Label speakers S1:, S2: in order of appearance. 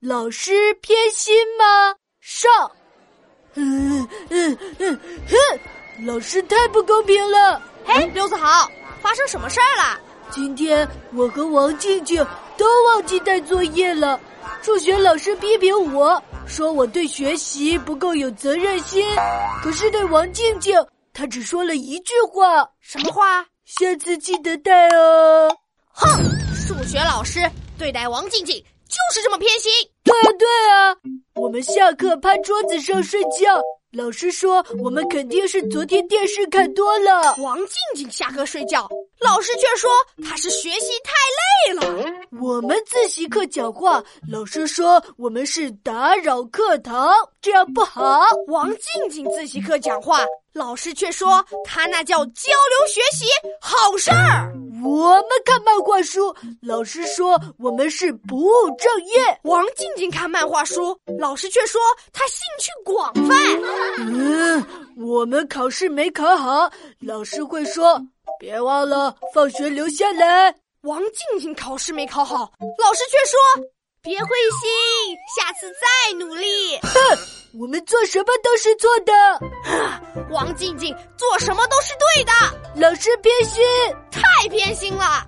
S1: 老师偏心吗？上！嗯嗯嗯哼！老师太不公平了。
S2: 嘿，刘子豪，发生什么事儿了？
S1: 今天我和王静静都忘记带作业了，数学老师批评我说我对学习不够有责任心，可是对王静静，他只说了一句话，
S2: 什么话？
S1: 下次记得带哦。
S2: 哼，数学老师对待王静静就是这么偏心。
S1: 对啊对啊，我们下课趴桌子上睡觉，老师说我们肯定是昨天电视看多了。
S2: 王静静下课睡觉，老师却说她是学习太累了。
S1: 我们自习课讲话，老师说我们是打扰课堂，这样不好。
S2: 王静静自习课讲话，老师却说她那叫交流学习，好事儿。
S1: 我们看漫画书，老师说我们是不务正业。
S2: 王静静看漫画书，老师却说她兴趣广泛。
S1: 嗯，我们考试没考好，老师会说别忘了放学留下来。
S2: 王静静考试没考好，老师却说别灰心，下次再努力。
S1: 哼，我们做什么都是错
S2: 的。王静静做什么都是对的，
S1: 老师偏心。
S2: 太偏心了！